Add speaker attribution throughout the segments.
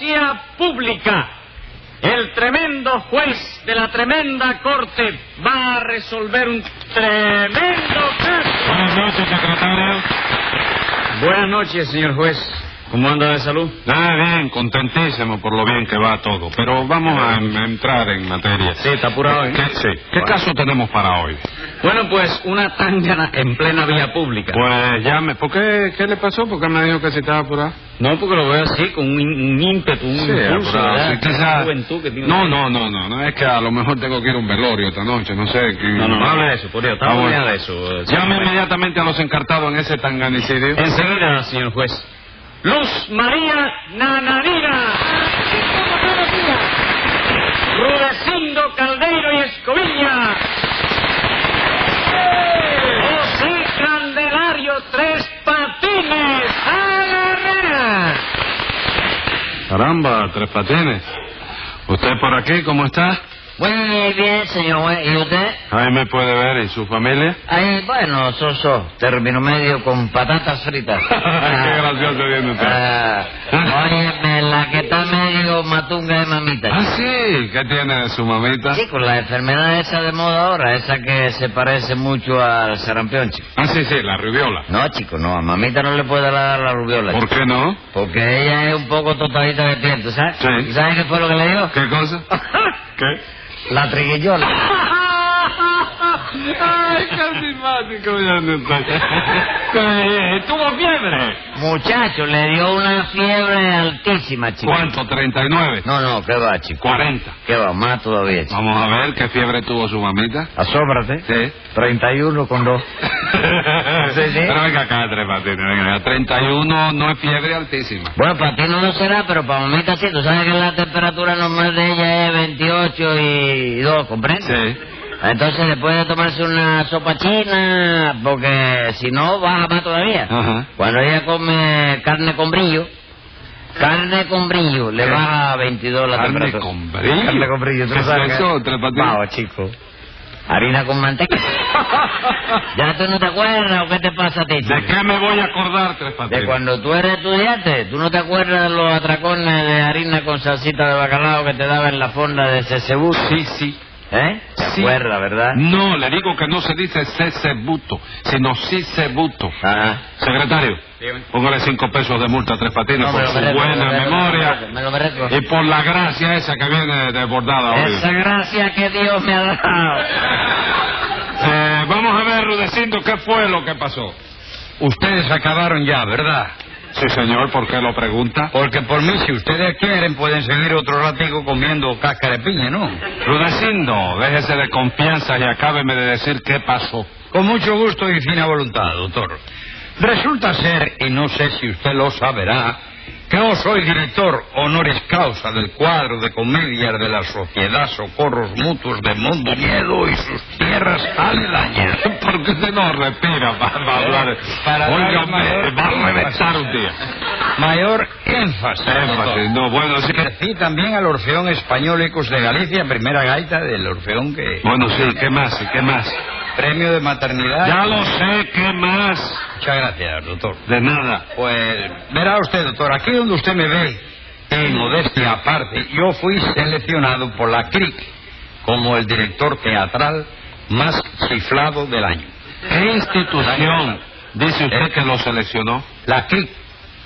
Speaker 1: vida pública. El tremendo juez de la tremenda corte va a resolver un tremendo caso.
Speaker 2: Buenas noches, secretario.
Speaker 1: Buenas noches, señor juez. ¿Cómo anda de salud?
Speaker 2: Ah, bien, contentísimo por lo bien que va todo. Pero vamos a, a entrar en materia.
Speaker 1: Sí, está apurado, ¿eh?
Speaker 2: ¿Qué, sí. ¿Qué
Speaker 1: Bueno.
Speaker 2: caso tenemos para hoy?
Speaker 1: Bueno, pues una tangana en plena vía pública.
Speaker 2: Pues llame. ¿Por qué? ¿Qué le pasó? ¿Por qué me dijo que se estaba apurado?
Speaker 1: No, porque lo veo así, con un, un ímpetu, un impulso, ¿verdad?
Speaker 2: sí, quizá-
Speaker 1: Esa juventud que tiene.
Speaker 2: No, no, no, no, no. Es que a lo mejor tengo que ir a un velorio esta noche. No sé. que-
Speaker 1: No, no, no hable de eso, por Dios.
Speaker 2: Ah,
Speaker 1: Estamos
Speaker 2: bueno.
Speaker 1: hablando de eso. eh,
Speaker 2: Llame
Speaker 1: señor juez.
Speaker 2: inmediatamente a los encartados en ese tanganicidio.
Speaker 1: Enseguida, señor juez. Luz María Nananina,
Speaker 3: Como todos los días.
Speaker 1: Rudecindo Caldeiro y Escobilla. José Candelario Tres Patines Agarrera.
Speaker 2: Caramba, tres patines. ¿Usted por aquí? ¿Cómo está?
Speaker 4: Muy bien, señor juez. ¿Y usted?
Speaker 2: Ahí me puede ver. ¿Y su familia?
Speaker 4: Ay, bueno, soso, término medio con patatas fritas.
Speaker 2: Qué gracioso viene usted.
Speaker 4: Ah, óyeme, la que está medio matunga de
Speaker 1: Eh.
Speaker 4: mamita.
Speaker 2: Ah, sí. ¿Qué tiene su mamita?
Speaker 4: Sí, con la enfermedad esa de moda ahora, esa que se parece mucho al sarampión, chico.
Speaker 2: Ah, sí, sí, la rubiola.
Speaker 4: No, chico, no, a mamita no le puede dar la rubiola.
Speaker 2: ¿Por
Speaker 4: chico,
Speaker 2: qué no?
Speaker 4: Porque ella es un poco tostadita de piel, ¿tú ¿sabes?
Speaker 2: Sí.
Speaker 4: ¿Y sabes qué fue lo que le dio?
Speaker 2: ¿Qué cosa? ¿Qué?
Speaker 4: La triguillola.
Speaker 2: Ay, qué simpático ya no está. ¿Qué? ¿Tuvo fiebre?
Speaker 4: Muchacho, le dio una fiebre altísima, chico.
Speaker 2: ¿Cuánto? ¿39?
Speaker 4: No, no, qué va, chico.
Speaker 2: 40.
Speaker 4: ¿Qué va? Más todavía, chico.
Speaker 2: Vamos a ver qué fiebre tuvo su mamita.
Speaker 4: Asómbrate.
Speaker 2: Sí.
Speaker 4: 31 con 2. sí.
Speaker 2: Pero venga acá, Tres Patines, venga acá. 31 no es fiebre altísima.
Speaker 4: Bueno, para ti no lo será, pero para mamita sí. Tú sabes que la temperatura normal de ella es 28 y 2, ¿comprendes?
Speaker 2: Sí.
Speaker 4: Entonces después de tomarse una sopa china, porque si no, baja más todavía.
Speaker 2: Ajá.
Speaker 4: Cuando ella come carne con brillo, carne con brillo, le
Speaker 2: ¿Qué?
Speaker 4: baja a 22 la
Speaker 2: Carne
Speaker 4: temperatura.
Speaker 2: con brillo.
Speaker 4: Carne con brillo, ¿tú
Speaker 2: ¿Qué
Speaker 4: no sabes
Speaker 2: es
Speaker 4: qué?
Speaker 2: eso, Tres Patines?
Speaker 4: Vamos, chico. Harina con manteca. ¿Ya tú no te acuerdas o qué te pasa a ti? chico?
Speaker 2: ¿De qué me voy a acordar, Tres Patines?
Speaker 4: De cuando tú eres estudiante, ¿tú no te acuerdas de los atracones de harina con salsita de bacalao que te daba en la fonda de Cecebú?
Speaker 2: Sí, sí.
Speaker 4: ¿Eh? ¿Te
Speaker 2: Sí. Mm.
Speaker 4: acuerdas, verdad?
Speaker 2: No, le digo que no se dice sesebuto, sino sisebuto.
Speaker 4: Ajá.
Speaker 2: Secretario,
Speaker 1: Dígame.
Speaker 2: póngale cinco pesos de multa a Tres Patines
Speaker 4: No, me
Speaker 2: por
Speaker 4: lo
Speaker 2: su
Speaker 4: merezco,
Speaker 2: buena
Speaker 4: me lo merezco,
Speaker 2: memoria
Speaker 4: Me lo merezco.
Speaker 2: y por la gracia esa que viene desbordada hoy.
Speaker 4: Esa gracia que Dios me ha dado.
Speaker 2: Eh, vamos a ver, Rudecindo, qué fue lo que pasó.
Speaker 5: Ustedes acabaron ya, ¿verdad?
Speaker 2: Sí, señor, ¿por qué lo pregunta?
Speaker 5: Porque por mí, si ustedes quieren, pueden seguir otro ratico comiendo cáscara de piña, ¿no?
Speaker 2: Rudecindo, déjese de confianza y acábeme de decir qué pasó.
Speaker 5: Con mucho gusto y fina voluntad, doctor. Resulta ser, y no sé si usted lo saberá, que no soy director honoris causa del cuadro de comedias de la Sociedad Socorros Mutuos de Mondoñedo y sus tierras aledañas. Eh,
Speaker 2: ¿Por qué usted no respira para hablar?
Speaker 5: Para dar
Speaker 2: Oiga,
Speaker 5: mayor
Speaker 2: va a reventar un día.
Speaker 5: Mayor énfasis. doctor.
Speaker 2: Énfasis, no, bueno, sí.
Speaker 5: Pertenecí también al Orfeón Español Ecos de Galicia, primera gaita del Orfeón que...
Speaker 2: Bueno, sí, ¿qué más? ¿Qué más?
Speaker 5: Premio de maternidad.
Speaker 2: Ya lo sé, ¿qué más?
Speaker 5: Muchas gracias, doctor.
Speaker 2: De nada.
Speaker 5: Pues verá usted, doctor, aquí donde usted me ve, en modestia aparte, yo fui seleccionado por la CRIC como el director teatral más chiflado del año.
Speaker 2: ¿Qué institución dice usted que lo seleccionó?
Speaker 5: La CRIC.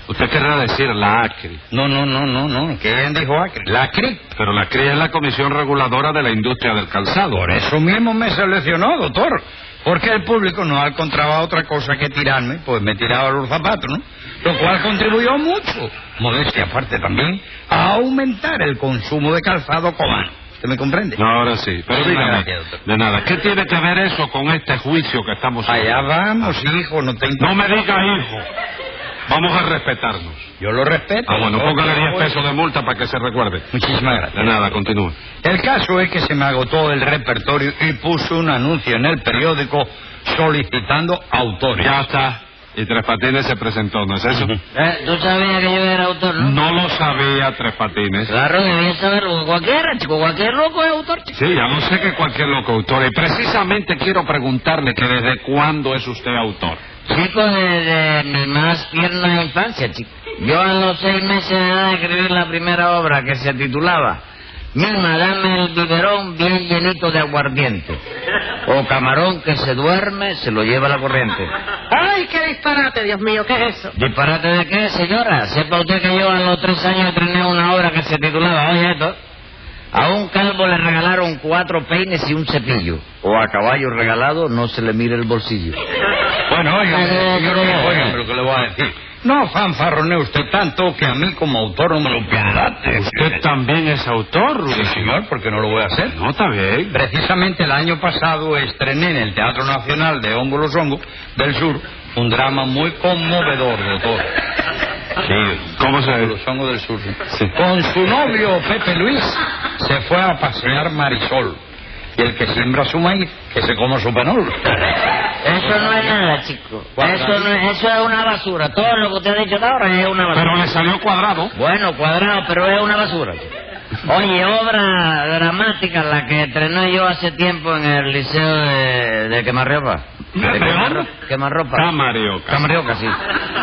Speaker 2: Usted querrá decir la ACRI.
Speaker 5: No, no, no, no, no. ¿Qué bien dijo Acre? La CRIC.
Speaker 2: Pero la CRI es la Comisión Reguladora de la Industria del Calzado.
Speaker 5: Por eso mismo me seleccionó, doctor. Porque el público no encontraba otra cosa que tirarme, pues me tiraba los zapatos, ¿no? Lo cual contribuyó mucho, modestia aparte también, a aumentar el consumo de calzado cubano. ¿Usted me comprende?
Speaker 2: No, ahora sí. Pero
Speaker 5: Sí,
Speaker 2: dígame,
Speaker 5: gracias, doctor.
Speaker 2: de nada, ¿qué tiene que ver eso con este juicio que estamos
Speaker 5: Allá
Speaker 2: haciendo?
Speaker 5: vamos, hijo, no te
Speaker 2: No me diga hijo. Vamos a respetarnos.
Speaker 5: Yo lo respeto.
Speaker 2: Ah, bueno,
Speaker 5: doctor,
Speaker 2: póngale
Speaker 5: pero
Speaker 2: 10
Speaker 5: voy-
Speaker 2: pesos de multa para que se recuerde.
Speaker 5: Muchísimas gracias.
Speaker 2: De nada, continúe.
Speaker 5: El caso es que se me agotó el repertorio y puso un anuncio en el periódico solicitando autores.
Speaker 2: Ya está. Y Tres Patines se presentó, ¿no es eso?
Speaker 4: Eh, ¿Tú sabías que yo era autor, no?
Speaker 2: Mm. No lo sabía Tres Patines.
Speaker 4: Claro, debías saberlo. porque Cualquiera, chico, cualquier loco es autor, chico.
Speaker 2: Sí, ya lo sé que cualquier loco autor. Y precisamente quiero preguntarle que desde cuándo es usted autor.
Speaker 4: Chico de, de mi más tierna infancia, chico. Yo a los seis meses de edad escribí la primera obra que se titulaba Mima, dame el biberón bien llenito de aguardiente. O camarón que se duerme, se lo lleva la corriente.
Speaker 3: ¡Ay, qué disparate, Dios mío! ¿Qué es eso?
Speaker 4: ¿Disparate de qué, señora? Sepa usted que yo a los tres años estrené una obra que se titulaba, oye esto, a un calvo le regalaron cuatro peines y un cepillo. O a caballo regalado no se le mira el bolsillo.
Speaker 5: Bueno, oiga,
Speaker 4: Eh,
Speaker 5: señor,
Speaker 4: eh, eh.
Speaker 5: oiga lo que le voy a decir. No fanfarronee usted tanto que a mí como autor no me lo pierde.
Speaker 2: Usted también es autor,
Speaker 5: Sí,
Speaker 2: Rubén.
Speaker 5: señor, porque no lo voy a hacer.
Speaker 2: No, está bien.
Speaker 5: Precisamente el año pasado estrené en el Teatro Nacional de Hongo Los Hongo del Sur un drama muy conmovedor, doctor. Sí,
Speaker 2: ¿Cómo se-
Speaker 5: Los Hongos del Sur. sí.
Speaker 2: Sí.
Speaker 5: Con su novio Pepe Luis se fue a pasear Marisol. Y el que siembra su maíz, que se coma su penol.
Speaker 4: Eso no es nada, chico. Eso, no es, eso es una basura. Todo lo que usted ha dicho ahora es una basura.
Speaker 2: Pero le salió cuadrado.
Speaker 4: Bueno, cuadrado, pero es una basura. Oye, obra dramática la que estrené yo hace tiempo en el liceo de, de Quemarropa.
Speaker 2: ¿De
Speaker 4: Quemarro-
Speaker 2: dónde?
Speaker 4: Quemarropa.
Speaker 2: Camarioca.
Speaker 4: Camarioca, sí.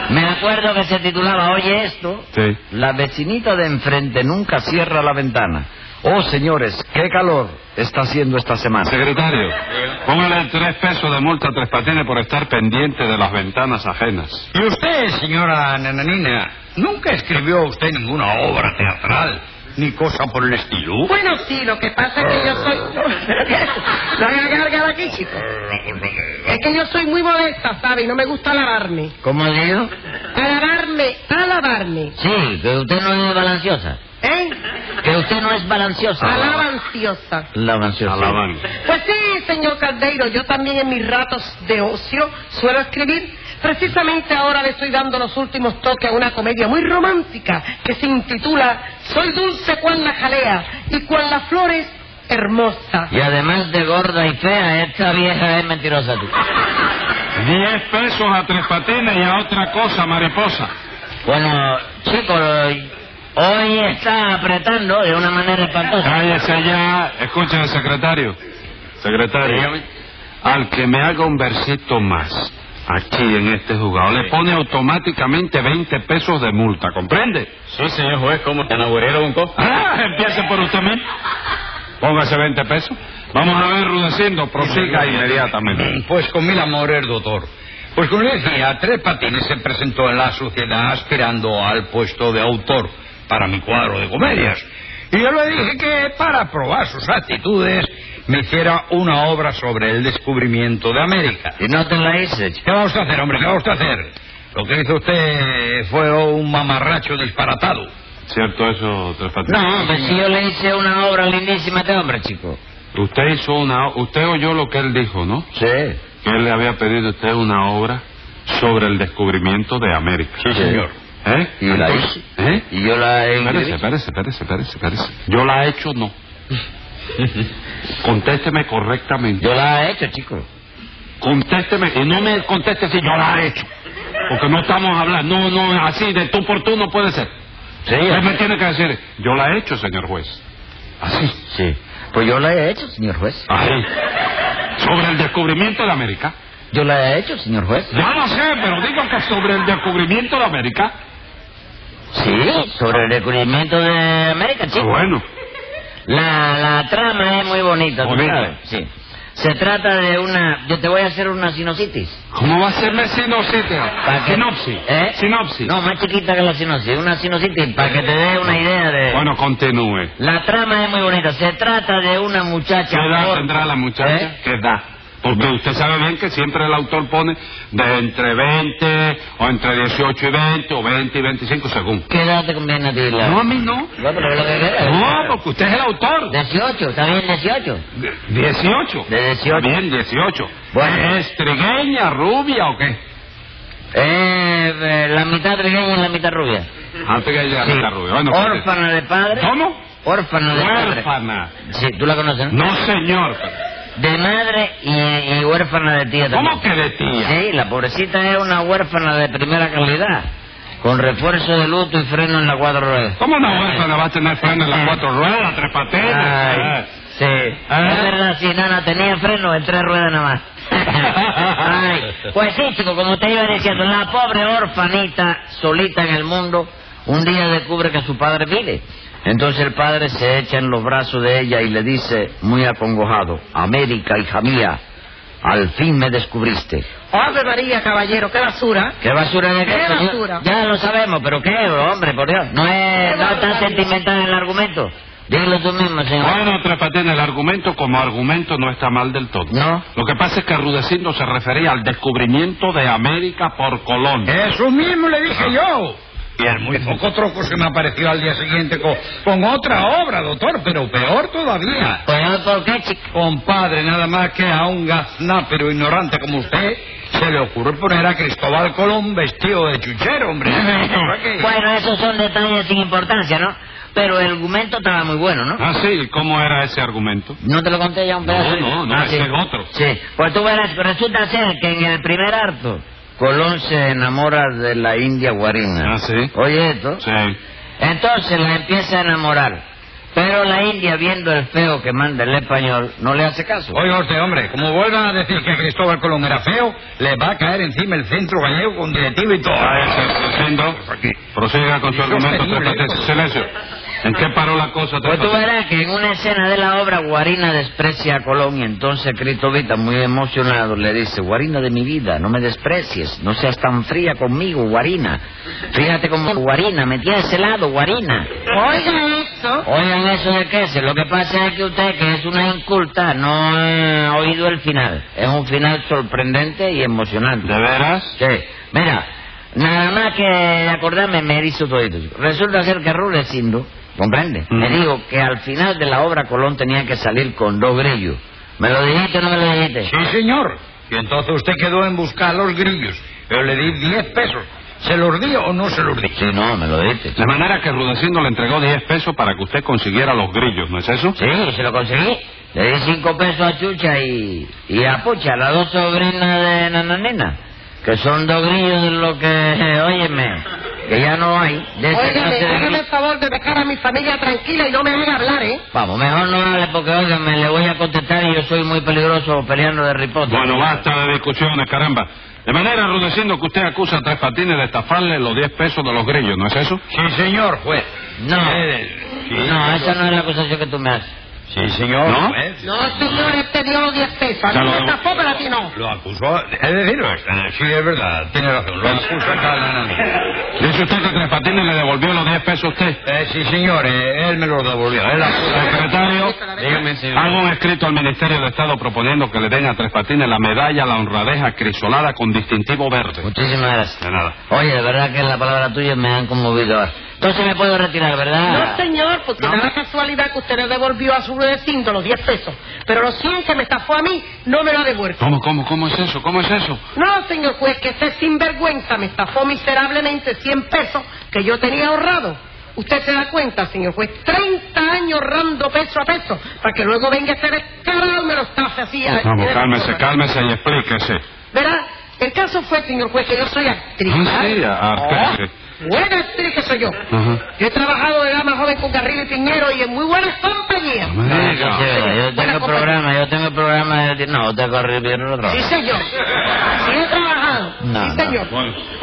Speaker 4: Me acuerdo que se titulaba, oye esto,
Speaker 2: Sí.
Speaker 4: la vecinita de enfrente nunca cierra la ventana. Oh, señores, qué calor está haciendo esta semana.
Speaker 2: Secretario, póngale tres pesos de multa a Tres Patines por estar pendiente de las ventanas ajenas.
Speaker 5: Y usted, señora Nananina, nunca escribió usted ninguna obra teatral, ni cosa por el estilo.
Speaker 3: Bueno, sí, lo que pasa es que yo soy... La garganta aquí, chico. Es que yo soy muy modesta, ¿sabe? Y no me gusta alabarme.
Speaker 4: ¿Cómo digo?
Speaker 3: Alabarme, alabarme.
Speaker 4: Sí, que usted no es balanciosa.
Speaker 3: ¿Eh?
Speaker 4: Que usted no es balanciosa.
Speaker 3: Alabanciosa.
Speaker 4: Balanciosa.
Speaker 2: Alabanza.
Speaker 3: Pues sí, señor Caldeiro, yo también en mis ratos de ocio suelo escribir. Precisamente ahora le estoy dando los últimos toques a una comedia muy romántica que se intitula Soy dulce cual la jalea y cual las flores hermosa.
Speaker 4: Y además de gorda y fea, esta vieja es mentirosa. tú.
Speaker 2: Diez pesos a Tres Patines y a otra cosa, mariposa.
Speaker 4: Bueno, chicos, hoy está apretando de una manera espantosa.
Speaker 2: Cállese ya. Escuchen, secretario. Secretario, al que me haga un versito más aquí en este juzgado, le pone automáticamente 20 pesos de multa, ¿comprende?
Speaker 1: Sí, señor juez, ¿cómo te inauguraron un costo?
Speaker 2: Ah, empiece por usted mismo. Póngase 20 pesos. Vamos a ver, Rudecindo, prosiga inmediatamente.
Speaker 5: Pues con mil amores, doctor. Pues como le decía, Tres Patines se presentó en la sociedad aspirando al puesto de autor para mi cuadro de comedias. Y yo le dije que para probar sus actitudes me hiciera una obra sobre el descubrimiento de América.
Speaker 4: Y no te la hice, chico.
Speaker 5: ¿Qué va usted a hacer, hombre? ¿Qué va usted a hacer? Lo que hizo usted fue un mamarracho disparatado.
Speaker 2: ¿Cierto eso, Tres Patines?
Speaker 4: No, pues si yo le hice una obra lindísima a este hombre, chico.
Speaker 2: Usted hizo una... Usted oyó lo que él dijo, ¿no?
Speaker 4: Sí.
Speaker 2: Que él le había pedido a usted una obra sobre el descubrimiento de América.
Speaker 4: Sí, señor.
Speaker 2: ¿Eh?
Speaker 4: Y la
Speaker 2: Entonces,
Speaker 4: hice.
Speaker 2: ¿Eh?
Speaker 4: Y yo la he...
Speaker 2: Espérese, espérese, espérese, espérese, espérese. Yo la he hecho, no. Contésteme correctamente.
Speaker 4: Yo la he hecho, chico.
Speaker 2: Contésteme, y no me conteste si yo la he hecho. Porque no estamos hablando, no, no, así de tú por tú no puede ser.
Speaker 4: Sí,
Speaker 2: Usted me tiene que decir, yo la he hecho, señor juez.
Speaker 4: así. Sí. Pues yo la he hecho, señor juez.
Speaker 2: Así. Sobre el descubrimiento de América.
Speaker 4: Yo la he hecho, señor juez.
Speaker 2: Ya lo sé, pero digo que sobre el descubrimiento de América.
Speaker 4: Sí, sobre el descubrimiento de América, chico.
Speaker 2: Bueno,
Speaker 4: La, la trama es muy bonita, ¿tú
Speaker 2: Bonita.
Speaker 4: sabes? Sí. Se trata de una... Yo te voy a hacer una sinusitis.
Speaker 2: ¿cómo va a serme sinopsis?
Speaker 4: ¿Para que-
Speaker 2: Sinopsis.
Speaker 4: ¿Eh?
Speaker 2: Sinopsis.
Speaker 4: No, más chiquita que la sinusitis. Una sinusitis, para que te dé una idea de...
Speaker 2: Bueno, continúe.
Speaker 4: La trama es muy bonita. Se trata de una muchacha...
Speaker 2: ¿Qué edad
Speaker 4: gorda.
Speaker 2: tendrá la muchacha?
Speaker 4: ¿Eh?
Speaker 2: ¿Qué edad? Porque usted sabe bien que siempre el autor pone de entre 20 o entre 18 y 20 o 20 y 25 según.
Speaker 4: ¿Qué edad te conviene a ti? La...
Speaker 2: No, a mí no.
Speaker 4: No, pero lo que quieras.
Speaker 2: No, porque usted es el autor.
Speaker 4: 18, está bien 18.
Speaker 2: De- 18.
Speaker 4: De 18.
Speaker 2: Bien, 18.
Speaker 4: Bueno.
Speaker 2: ¿Es trigueña, rubia o qué?
Speaker 4: Eh, eh, la mitad trigueña y la mitad rubia.
Speaker 2: Ah, trigueña,
Speaker 4: Sí.
Speaker 2: rubia, rubia. Bueno, pues,
Speaker 4: Órfana de padre.
Speaker 2: ¿Cómo?
Speaker 4: Órfana de padre.
Speaker 2: Huérfana.
Speaker 4: Sí, tú la conoces, ¿no?
Speaker 2: No, señor.
Speaker 4: De madre y, y huérfana de tía también.
Speaker 2: ¿Cómo que de tía?
Speaker 4: Sí, la pobrecita es una huérfana de primera calidad. Con refuerzo de luto y freno en la cuatro ruedas.
Speaker 2: ¿Cómo una huérfana va a tener freno en las cuatro ruedas, tres patines?
Speaker 4: Ay.
Speaker 2: Ah,
Speaker 4: Sí. Es verdad, sí, nana, tenía freno en tres ruedas nada más. Ay, pues sí, chico, como te iba diciendo, la pobre orfanita solita en el mundo, un día descubre que su padre vive. Entonces el padre se echa en los brazos de ella y le dice, muy acongojado, América, hija mía, al fin me descubriste.
Speaker 3: Ave María, caballero, qué basura.
Speaker 4: ¿Qué basura de
Speaker 3: ¿Qué
Speaker 4: señor?
Speaker 3: basura?
Speaker 4: Ya lo sabemos, pero qué, hombre, por Dios. No es no es tan
Speaker 3: barbaridad.
Speaker 4: sentimental el argumento. Dilo tú mismo, señor.
Speaker 2: Bueno, Tres Patines, el argumento como argumento no está mal del todo.
Speaker 4: No.
Speaker 2: Lo que pasa es que Rudecindo se refería al descubrimiento de América por Colón.
Speaker 5: Eso mismo le dije yo. Y el muy poco troco se me apareció al día siguiente con, con otra obra, doctor, pero peor todavía.
Speaker 4: Pues, ¿por qué, chico?
Speaker 5: Compadre, nada más que a un gaznápero ignorante como usted se le ocurrió poner a Cristóbal Colón vestido de chuchero, hombre.
Speaker 4: bueno, esos son detalles sin importancia, ¿no? Pero el argumento estaba muy bueno, ¿no?
Speaker 2: Ah, sí, ¿cómo era ese argumento?
Speaker 4: ¿No te lo conté ya un
Speaker 2: No,
Speaker 4: pedazo?
Speaker 2: no, no,
Speaker 4: Ah,
Speaker 2: ese
Speaker 4: sí.
Speaker 2: es otro.
Speaker 4: Sí, pues tú verás, resulta ser que en el primer acto Colón se enamora de la India Guarina.
Speaker 2: Ah, sí.
Speaker 4: Oye, esto.
Speaker 2: Sí.
Speaker 4: Entonces la empieza a enamorar. Pero la India, viendo el feo que manda el español, no le hace caso.
Speaker 5: Oiga usted, hombre, como vuelvan a decir que Cristóbal Colón era feo, le va a caer encima el centro gallego con directivo y todo.
Speaker 2: Ah, ese, Rudecindo, Prosiga con su argumento, Tres Patines. Silencio. ¿En qué paró la cosa, Tres
Speaker 4: Pues tú
Speaker 2: Patines?
Speaker 4: verás que en una escena de la obra Guarina desprecia a Colón y entonces Cristovita, muy emocionado, le dice, Guarina de mi vida, no me desprecies, no seas tan fría conmigo, Guarina. Fíjate como Guarina, me tienes helado, Guarina.
Speaker 3: Oiga eso.
Speaker 4: Oigan eso de qué se, lo que pasa es que usted, que es una inculta, no ha oído el final. Es un final sorprendente y emocionante.
Speaker 2: ¿De veras?
Speaker 4: Sí, mira, nada más que acordarme me hizo todo esto. Resulta ser que Rudecindo, ¿comprende?
Speaker 2: Mm.
Speaker 4: Me dijo que al final de la obra Colón tenía que salir con dos grillos. ¿Me lo dijiste o no me lo dijiste?
Speaker 5: Sí, señor. Y entonces usted quedó en buscar los grillos. Yo le di 10 pesos. ¿Se los di o no se los di?
Speaker 4: Sí, no, me lo dijiste.
Speaker 2: De manera que Rudecindo le entregó 10 pesos para que usted consiguiera los grillos, ¿no es eso?
Speaker 4: Sí, se lo conseguí. Le di cinco pesos a Chucha y, y a Pucha, las dos sobrinas de Nananina, que son dos grillos de lo que, eh, óyeme, que ya no hay. De esa clase de
Speaker 3: Óigame, hágame
Speaker 4: grillos.
Speaker 3: el favor de dejar a mi familia tranquila y no me hagan hablar, ¿eh?
Speaker 4: Vamos, mejor no hable porque, óigame, le voy a contestar y yo soy muy peligroso peleando de riposte.
Speaker 2: Bueno, basta de discusiones, caramba. De manera, Rudecindo, que usted acusa a Tres Patines de estafarle los 10 pesos de los grillos, ¿no es eso?
Speaker 5: Sí, señor, juez.
Speaker 4: No,
Speaker 5: Eh, sí,
Speaker 4: no, esa no es la acusación que tú me haces.
Speaker 5: Sí, señor.
Speaker 2: ¿No?
Speaker 5: juez.
Speaker 3: No, señor, este dio 10 pesos. A
Speaker 2: Ya
Speaker 3: mí
Speaker 2: lo
Speaker 3: me
Speaker 2: vemos.
Speaker 3: estafó, pero a ti no.
Speaker 5: Lo acusó. Es decir, eh, sí, es verdad. Tiene razón. Lo acusa acá la nana.
Speaker 2: Dice usted que Tres Patines le devolvió los 10 pesos a usted.
Speaker 5: Eh, sí, señor. eh, él me los devolvió. Él acusa-
Speaker 2: Secretario,
Speaker 5: Dígame, señor.
Speaker 2: hago un escrito al Ministerio de Estado proponiendo que le den a Tres Patines la medalla a la honradez acrisolada con distintivo verde.
Speaker 4: Muchísimas gracias.
Speaker 2: De nada.
Speaker 4: Oye, de verdad que la palabra tuya me han conmovido ahora. Entonces me puedo retirar, ¿verdad?
Speaker 3: Ah. No, señor, pues da la casualidad que usted le devolvió a su recinto los 10 pesos. Pero los 100 que me estafó a mí no me lo ha devuelto.
Speaker 2: ¿Cómo, cómo, cómo es eso? ¿Cómo es eso?
Speaker 3: No, señor juez, que ese sinvergüenza me estafó miserablemente 100 pesos que yo tenía ahorrado. Usted se da cuenta, señor juez, 30 años ahorrando peso a peso para que luego venga este descarado y me lo estafe así. eh, a-
Speaker 2: Vamos, cálmese, cálmese y explíquese.
Speaker 3: Verá, el caso fue, señor juez, que yo soy actriz.
Speaker 2: Ah, sí,
Speaker 3: ¿verdad?
Speaker 2: ah, actriz.
Speaker 3: Oh, buena actriz que soy yo.
Speaker 2: Ajá.
Speaker 3: Yo he trabajado de dama joven con Garrido y Piñero y en muy buenas compañías.
Speaker 2: No me diga.
Speaker 4: Sí, yo
Speaker 3: Buena
Speaker 4: tengo programa, yo tengo programa de... No, te corrí bien el otro.
Speaker 3: Sí, señor. Sí, he trabajado.
Speaker 4: No,
Speaker 3: sí,
Speaker 4: no.
Speaker 3: señor.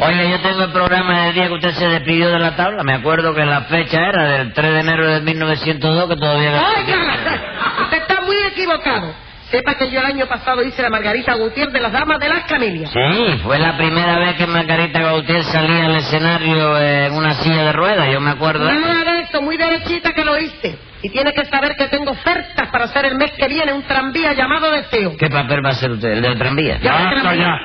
Speaker 4: Oye, yo tengo el programa del día que usted se despidió de la tabla. Me acuerdo que la fecha era del 3 de enero de 1902, que todavía...
Speaker 3: Oiga, usted está muy equivocado. Sepa que yo el año pasado hice la Margarita Gutiérrez de las Damas de las Camelias.
Speaker 4: Sí, fue la primera vez que Margarita Gautier salía al escenario eh, en una silla de ruedas, yo me acuerdo. de eso.
Speaker 3: Nada de eso, muy derechita que lo hice. Y tiene que saber que tengo ofertas para hacer el mes que viene un tranvía llamado Deseo.
Speaker 4: ¿Qué papel va a hacer usted? ¿El del tranvía?
Speaker 3: Ya,
Speaker 2: Basta ya.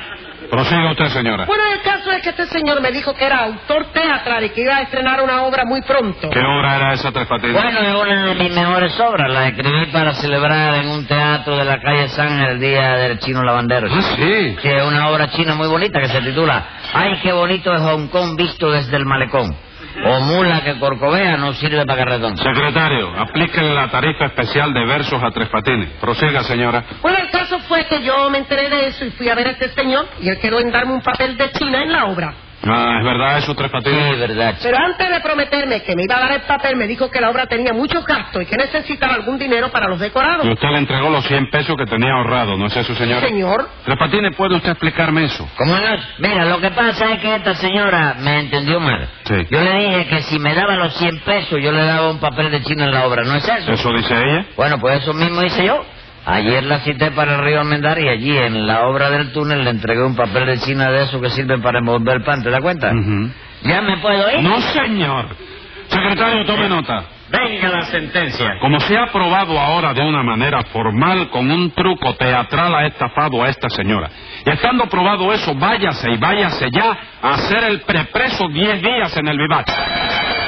Speaker 2: Prosiga usted, señora.
Speaker 3: Bueno, el caso es que este señor me dijo que era autor teatral y que iba a estrenar una obra muy pronto.
Speaker 2: ¿Qué obra era esa, Tres Patines?
Speaker 4: Bueno, es una de mis mejores obras. La escribí para celebrar en un teatro de la calle San el Día del Chino Lavandero.
Speaker 2: Ah, sí.
Speaker 4: Que es una obra china muy bonita que se titula Ay, qué bonito es Hong Kong visto desde el malecón. O mula que corcovea no sirve para carretón.
Speaker 2: Secretario, aplíquele la tarifa especial de versos a Tres Patines. Prosiga, señora.
Speaker 3: Bueno, el caso fue que yo me enteré de eso y fui a ver a este señor y él quedó en darme un papel de China en la obra.
Speaker 2: Ah, es verdad eso, Tres
Speaker 4: Sí,
Speaker 2: Patines.
Speaker 4: verdad, chico.
Speaker 3: Pero antes de prometerme que me iba a dar el papel, me dijo que la obra tenía muchos gastos y que necesitaba algún dinero para los decorados.
Speaker 2: Y usted le entregó los 100 pesos que tenía ahorrado, ¿no es eso, señora?
Speaker 3: Señor,
Speaker 2: Tres Patines, ¿puede usted explicarme eso?
Speaker 4: ¿Cómo no? Mira, lo que pasa es que esta señora me entendió mal.
Speaker 2: Sí.
Speaker 4: Yo le dije que si me daba los 100 pesos, yo le daba un papel de chino en la obra, ¿no es eso?
Speaker 2: ¿Eso dice ella?
Speaker 4: Bueno, pues eso mismo hice yo. Ayer la cité para el río Almendar y allí en la obra del túnel le entregué un papel de china de esos que sirven para envolver pan, ¿te das cuenta?
Speaker 2: Ujú.
Speaker 4: ¿Ya me puedo ir?
Speaker 2: No, señor. Secretario, tome nota.
Speaker 1: Venga la sentencia.
Speaker 2: Como se ha probado ahora de una manera formal, con un truco teatral, ha estafado a esta señora. Y estando probado eso, váyase y váyase ya a hacer el prepreso 10 días en el vivac.